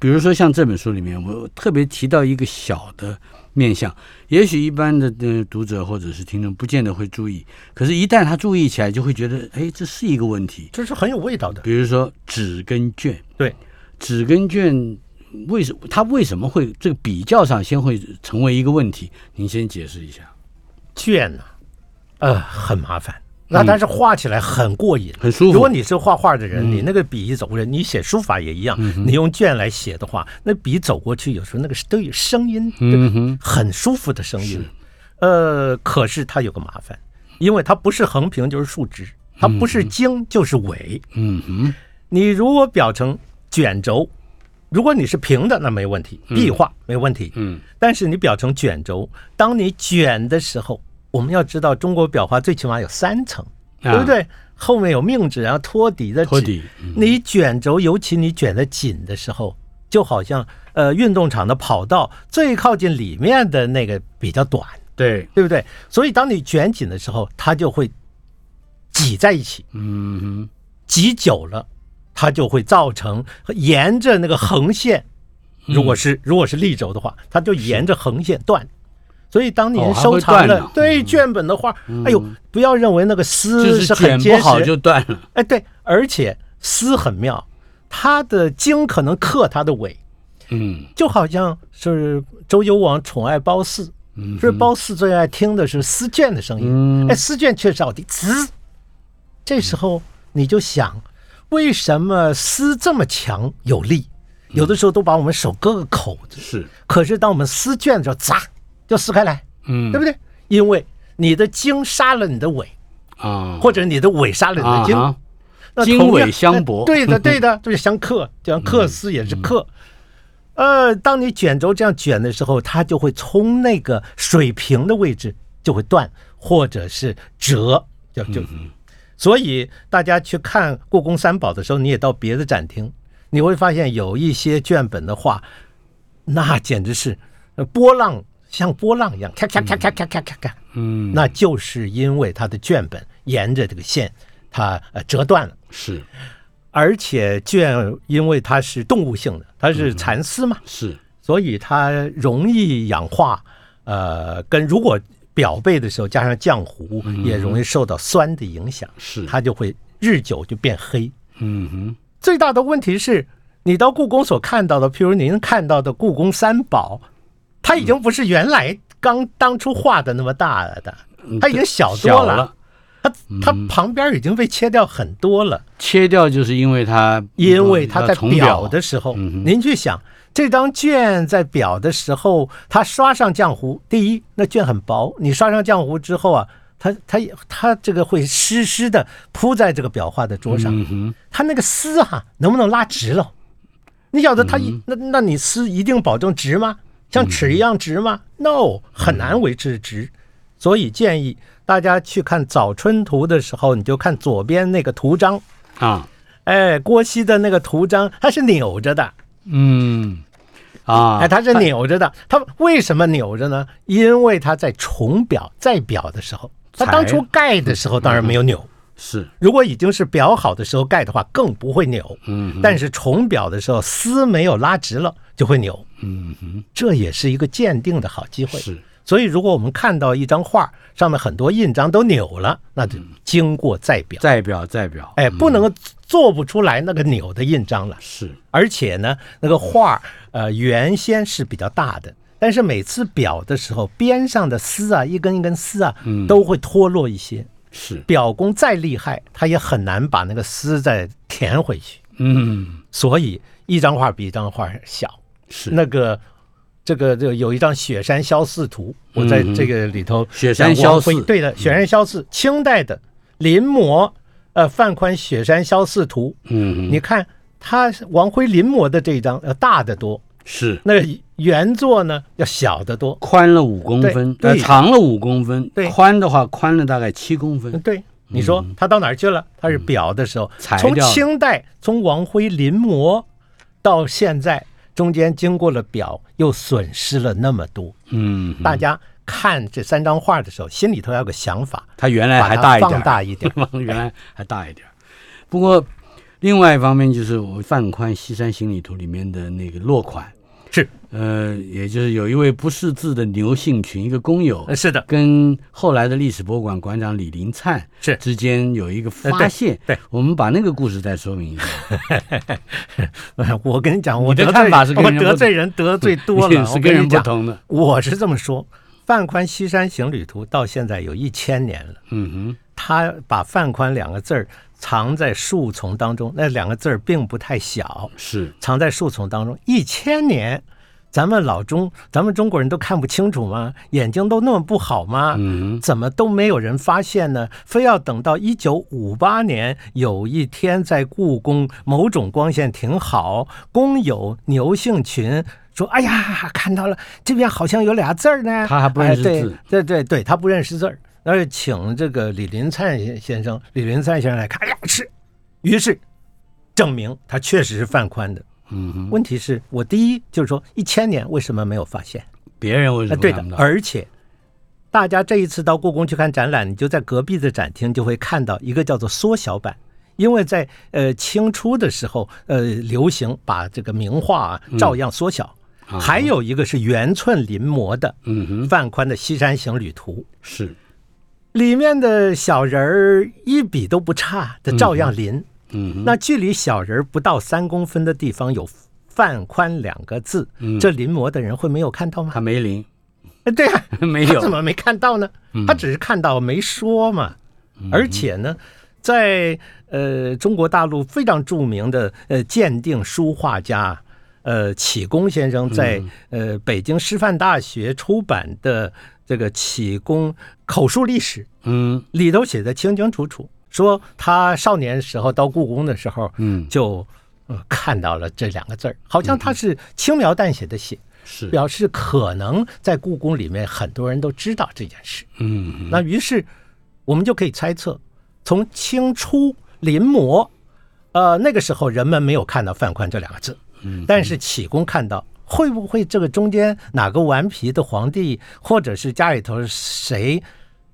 B: 比如说像这本书里面，我特别提到一个小的面向，也许一般的呃读者或者是听众不见得会注意，可是，一旦他注意起来，就会觉得哎，这是一个问题。
C: 这是很有味道的。
B: 比如说纸跟卷，
C: 对，
B: 纸跟卷为什它为什么会这个比较上先会成为一个问题？您先解释一下，
C: 卷呢、呃，很麻烦。那但是画起来很过瘾，
B: 嗯很舒服嗯
C: 如果你是画画的人，你那个笔一走过去，你写书法也一样，你用卷来写的话，那笔走过去，有时候那个是都有声音，
B: 嗯哼，
C: 很舒服的声音。呃，可是它有个麻烦，因为它不是横平就是竖直，它不是经就是纬。
B: 嗯哼，
C: 你如果表成卷轴，如果你是平的，那没问题，壁画没问题。
B: 嗯，
C: 但是你表成卷轴，当你卷的时候，我们要知道中国裱画最起码有三层，
B: 啊
C: 对不对？后面有命纸，然后托底的纸。
B: 托底，嗯
C: 你卷轴，尤其你卷得紧的时候，就好像呃运动场的跑道最靠近里面的那个比较短，
B: 对，
C: 对不对？所以当你卷紧的时候，它就会挤在一起，
B: 嗯哼，
C: 挤久了，它就会造成沿着
B: 嗯
C: 那个横线，如果是、如果是立轴的话，它就沿着横线断。所以当
B: 哦
C: 您
B: 还
C: 收
B: 会
C: 藏
B: 断
C: 了、
B: 呢
C: 对卷本的画，哎呦，不要认为那个
B: 就
C: 丝
B: 是
C: 很
B: 剪
C: 结
B: 不
C: 实，
B: 好就断了。
C: 哎，对，而且丝很妙，它的茎可能克它的尾，
B: 嗯
C: 就好像是周幽王宠爱褒姒，
B: 嗯
C: 所以褒姒最爱听的是丝卷的声音。
B: 嗯
C: 哎，丝卷却是好听，滋。这时候你就想，为什么丝这么强有力？
B: 嗯
C: 有的时候都把我们手割个口子，
B: 是
C: 可是当我们撕卷的时候，砸就撕开来，
B: 嗯
C: 对不对？因为你的茎杀了你的尾，
B: 啊，
C: 或者你的尾杀了你的茎，
B: 啊
C: 那
B: 经
C: 同样
B: 纬相搏
C: 哎对的，对的，就是相克，就像克丝也是克。
B: 嗯
C: 呃，当你卷轴这样卷的时候，它就会从那个水平的位置就会断，或者是折，就
B: 嗯
C: 就。所以大家去看故宫三宝的时候，你也到别的展厅，你会发现有一些卷本的画，那简直是呃波浪像波浪一样，咔咔咔咔咔咔咔咔。
B: 嗯
C: 那就是因为它的卷本沿着这个线，它呃折断了，
B: 是
C: 而且卷因为它是动物性的，它
B: 嗯
C: 是蚕丝嘛，
B: 是
C: 所以它容易氧化，呃，跟如果表背的时候加上浆糊，也容易受到酸的影响，
B: 嗯是
C: 它就会日久就变黑。
B: 嗯哼
C: 最大的问题是，你到故宫所看到的，譬如您看到的故宫三宝，它已经不是原来刚当初画的那么大了的，它已经小多
B: 嗯小
C: 了。
B: 了，嗯
C: 它它旁边已经被切掉很多了，
B: 切掉就是因为它
C: 因为它在
B: 要重表
C: 表的时候，
B: 嗯哼
C: 您去想这张卷在表的时候，它刷上浆糊，第一那卷很薄，你刷上浆糊之后啊，它它它这个会湿湿的铺在这个裱画的桌上，
B: 嗯哼
C: 它那个丝哈、能不能拉直了？你晓得它
B: 嗯
C: 一、那那你丝一定保证直吗？像尺一样直吗、n o 很难维持直。
B: 嗯
C: 所以建议大家去看早春图的时候，你就看左边那个图章，
B: 啊
C: 哎，郭熙的那个图章它是扭着的，
B: 嗯啊
C: 哎，它是扭着的。它为什么扭着呢？因为它在重裱再裱的时候，它
B: 裁
C: 当初盖的时候当然没有扭，
B: 是
C: 如果已经是裱好的时候盖的话，更不会扭。
B: 嗯哼
C: 但是重裱的时候丝没有拉直了，就会扭。
B: 嗯哼
C: 这也是一个鉴定的好机会。
B: 是
C: 所以，如果我们看到一张画上面很多印章都扭了，那
B: 嗯
C: 就经过再裱，
B: 再表再表
C: 哎，不
B: 嗯
C: 能够做不出来那个扭的印章了。
B: 是
C: 而且呢，那个画呃原先是比较大的，但是每次裱的时候，边上的丝啊，一根一根丝啊，
B: 嗯
C: 都会脱落一些。
B: 是
C: 裱工再厉害，他也很难把那个丝再填回去。
B: 嗯
C: 所以一张画比一张画小。
B: 是
C: 那个这个这个有一张《雪山萧寺图》，我在这个里头，
B: 嗯雪山萧嗯寺
C: 呃王辉对的，《雪山萧寺》清代的临摹，呃，范宽《雪山萧寺图》，
B: 嗯哼
C: 你看他王辉临摹的这一张要大得多，
B: 是
C: 那原作呢要小得多，
B: 宽了五公分，
C: 对
B: 呃，
C: 对
B: 长了五公分，
C: 对
B: 宽的话宽了大概七公分
C: 嗯，，对。你说他到哪儿去了？他是表的时候，
B: 嗯裁
C: 从
B: 掉了
C: 清代从王辉临摹到现在，中间经过了表，又损失了那么多。
B: 嗯哼，
C: 大家看这三张画的时候，心里头要有个想法，
B: 它原来
C: 把
B: 哎还
C: 它
B: 大一点
C: 放
B: 儿，。
C: 大一 点
B: 原来还大一点儿。不过，另外一方面就是我范宽《西山行旅图》里面的那个落款，
C: 是，
B: 呃，也就是有一位不识字的牛姓群，一个工友，
C: 呃是的，
B: 跟后来的历史博物馆馆长李林灿
C: 是
B: 之间有一个
C: 呃
B: 发
C: 对
B: 现。
C: 对
B: 我们把那个故事再说 明一下。
C: 我跟你讲，我
B: 你的
C: 得罪
B: 看法是跟
C: 我
B: 人不
C: 得罪人得罪多
B: 也
C: 了，
B: 是
C: 我
B: 跟
C: 跟
B: 人
C: 你
B: 不
C: 讲，
B: 同的。
C: 我是这么说，范宽《西山行旅图》到现在有一千年了，
B: 嗯
C: 他把“范宽”两个字儿藏在树丛当中，那两个字儿并不太小
B: 哼，，是
C: 藏在树丛当中一千年。咱们老中，咱们中国人都看不清楚吗？眼睛都那么不好吗？
B: 嗯
C: 怎么都没有人发现呢？非要等到一九五八年有一天，在故宫某种光线挺好，工友牛姓群说：“哎呀，看到了，这边好像有俩字儿呢。”
B: 他还不认识
C: 哎对
B: 字
C: 对对对，他不认识字儿，然后请这个李林灿先生，李林灿先生来看，哎呀是，于是证明他确实是范宽的。
B: 嗯哼，
C: 问题是我第一就是说，一千年为什么没有发现？
B: 别人为什
C: 啊，
B: 么
C: 对的
B: 看不，到？
C: 而且大家这一次到故宫去看展览，你就在隔壁的展厅就会看到一个叫做缩小版。因为在呃清初的时候，呃流行把这个名画啊照样缩小，
B: 嗯啊，
C: 还有一个是圆寸临摹的
B: 嗯哼，
C: 范宽的《西山行旅图
B: 是，》，
C: 里面的小人儿一笔都不差的，照样临。
B: 嗯哼，
C: 那距离小人儿不到三公分的地方有“范宽”两个字，
B: 嗯
C: 这临摹的人会没有看到吗？
B: 他没灵，
C: 哎对啊，
B: 没
C: 他怎
B: 有，
C: 么没看到呢？他只是看到没说嘛。而且呢，在呃中国大陆非常著名的呃鉴定书画家。呃，启功先生在、呃北京师范大学出版的这个《启功口述历史》
B: 嗯
C: 里头写的清清楚楚，说他少年时候到故宫的时候，
B: 嗯，
C: 就、呃、看到了这两个字儿，好像他是轻描淡写的写，
B: 是，
C: 表示可能在故宫里面很多人都知道这件事。
B: 嗯
C: 那于是我们就可以猜测，从清初临摹，呃，那个时候人们没有看到“范宽”这两个字，
B: 嗯
C: 但是启功看到。会不会这个中间哪个顽皮的皇帝，或者是家里头谁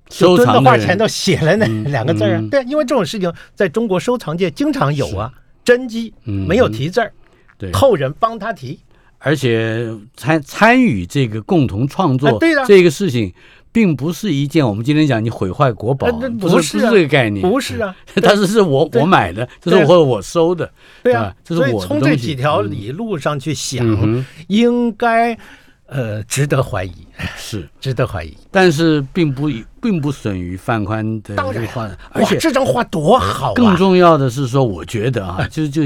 C: 就
B: 收
C: 蹲到
B: 藏的
C: 画
B: 人
C: 前头写了那两个字儿啊
B: 嗯？
C: 对，因为这种事情在中国收藏界经常有啊，真迹
B: 嗯
C: 没有题字儿，
B: 对，
C: 后人帮他题。
B: 而且参参与这个共同创作，
C: 哎对的
B: 这个事情，并不是一件我们今天讲你毁坏国宝，
C: 哎那
B: 不
C: 不
B: 不
C: 是
B: 是
C: 啊
B: 这个概念，
C: 不是啊 对
B: 但是是我
C: 对
B: 我买的，这
C: 对
B: 是
C: 啊
B: 我我收的，
C: 对
B: 啊
C: 啊，
B: 这是
C: 所以
B: 我的
C: 从
B: 东
C: 这
B: 西
C: 几条
B: 嗯
C: 理路上去想，
B: 嗯
C: 应该呃值得怀疑，
B: 哼，是，
C: 值得怀疑。
B: 但是并不并不损于范宽的
C: 当然啊
B: 这话，而
C: 哇，
B: 且
C: 这张画多好啊！哎
B: 更重要的是说，我觉得啊，就就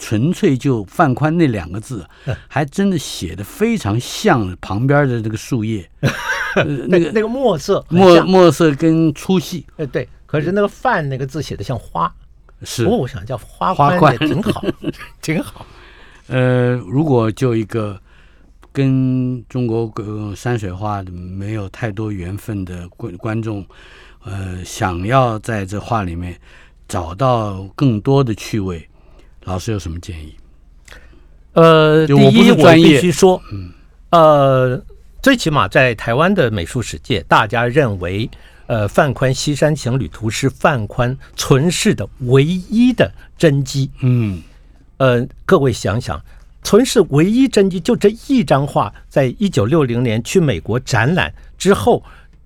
B: 纯粹就范宽那两个字，
C: 哎
B: 还真的写的非常像旁边的这个树叶，呃那
C: 那
B: 个
C: 那个墨色很
B: 墨
C: 像，
B: 墨色跟粗细
C: 呃对，可是那个“范”那个字写的像花，
B: 是
C: 不过我想叫花
B: 花
C: 冠
B: 冠
C: 也挺好， 挺好。
B: 呃，如果就一个跟中国呃山水画没有太多缘分的观观众，呃，想要在这画里面找到更多的趣味，老师有什么建议？
C: 呃，第
B: 就我不
C: 一
B: 是专业
C: 必须说，嗯呃，最起码在台湾的美术史界，大家认为，呃，范宽《西山行旅图》是范宽存世的唯一的真迹。
B: 嗯，
C: 呃，各位想想，存世唯一真迹就这一张画，在一九六零年去美国展览之后，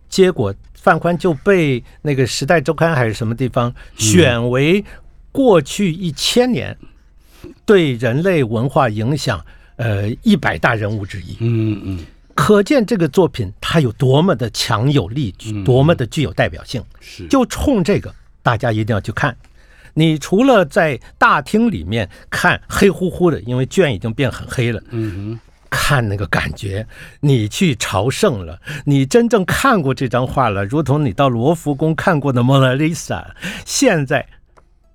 C: 结果范宽就被那个《时代周刊》还是什么地方选为过去一千年对人类文化影响呃一百大人物之一。
B: 嗯嗯，
C: 可见这个作品它有多么的强有力，多么的具有代表性。
B: 嗯是
C: 就冲这个，大家一定要去看。你除了在大厅里面看黑乎乎的，因为卷已经变很黑了，
B: 嗯
C: 看那个感觉，你去朝圣了，你真正看过这张画了，如同你到罗浮宫看过的《蒙娜丽莎》。现在，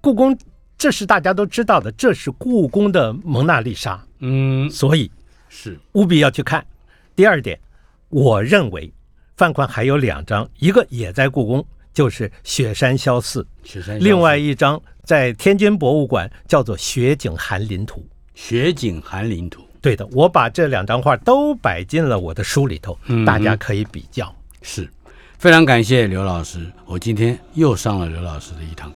C: 故宫这是大家都知道的，这是故宫的蒙娜丽莎，
B: 哼嗯
C: 所以
B: 是
C: 务必要去看。第二点，我认为范宽还有两张，一个也在故宫，就是雪山萧寺，
B: 雪山小
C: 另外
B: 子
C: 一张在天津博物馆叫做《雪景寒林图》。
B: 雪景寒林图
C: 对的，我把这两张画都摆进了我的书里头，大家可以比较。
B: 是非常感谢刘老师，我今天又上了刘老师的一堂。